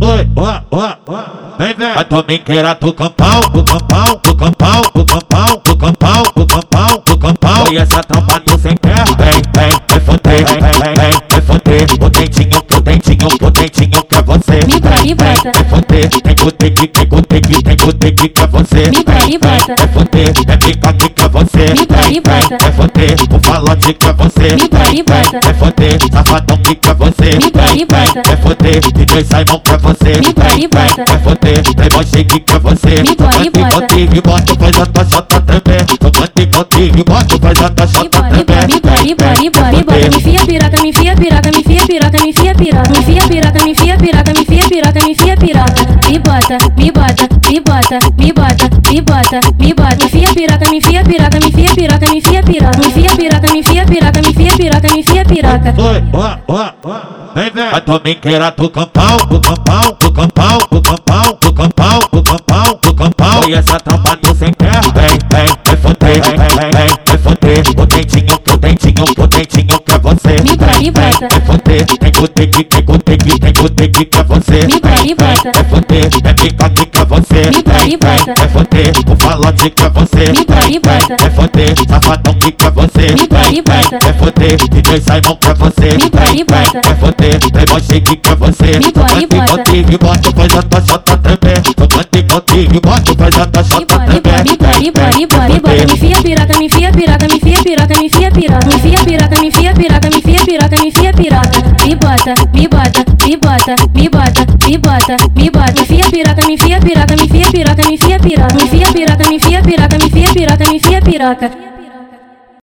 oi, ó, ó, ó, vem, vem. A tua menqueira do campão, do campão, do campão, do campão, do campão, do campão, do campão. E essa tropa tu sem terra. Vem, vem, vai foder, vem, vem, vem, vai foder. O dentinho, que o dentinho, que o dentinho que é você. Me dá, me bota. Vai foder, tem gotegi, tem gotegi, tem gotegi que é você. Me dá, me bota. Vai foder, é pica que é você. Me dá, me bota. Vai foder, o falante que é você. Me dá, me bota. Vai foder, safadão que é você. Me dá, me bota. Vai foder, DJ Simon que é você. Me dá, me bota. Vai foder, playboy chique que é você. Me dá, me bota. Tocante, bote, e bota, faz a tua chota tremer. Tocante, bote, e bota, faz a tua Me chota bota, me bota, tremer. me bota, me bota, me bota, me bota. Me enfia piroca, me enfia piroca, me enfia piroca, me enfia piroca. Me enfia piroca, me enfia piroca, me enfia piroca, me enfia piroca. Me bota, me bota, me bota, me bota, me bota, me bota. Me enfia piroca, me enfia piroca, me enfia piroca, me enfia piroca. Me enfia piroca, me enfia piroca, me enfia piroca, me enfia piroca. Oi, ó, ó, ó, vem, vem. A tua menqueira do campão, do campão, do campão, do campão, do campão, do campão, do campão. E essa tropa tu sem terra. Vem, vem, vai foder, vem, vem, vem, vai foder. O dentinho, que o dentinho, que o dentinho que é você. Me dá, me bota. Vai foder, tem gotegi, tem gotegi, tem gotegi que é você. Me dá, me bota. Vai foder, é pica, pica é você. Me dá, me bota. Vai foder, o falante que é você. Me dá, me bota. Vai foder, safadão que é você. Me dá, me bota. Vai foder, DJ Simon que é você. Me dá, me bota. Vai foder, playboy chique que é você. Me dá, me bota. Tocante, bote, e bota, faz a tua chota tremer. Tocante, bote, e bota, faz a tua Me chota bota, me bota, tremer. me bota, me bota, me bota, me bota. Me enfia piroca, me enfia piroca, me enfia piroca, me enfia piroca. Me enfia piroca, me enfia piroca, me enfia piroca, me enfia piroca. Me bota, me bota, me bota, me bota, me bota, me bota. Me enfia piroca, me enfia piroca, me enfia piroca, me enfia piroca. Me enfia piroca, me enfia piroca, me enfia piroca, me enfia piroca.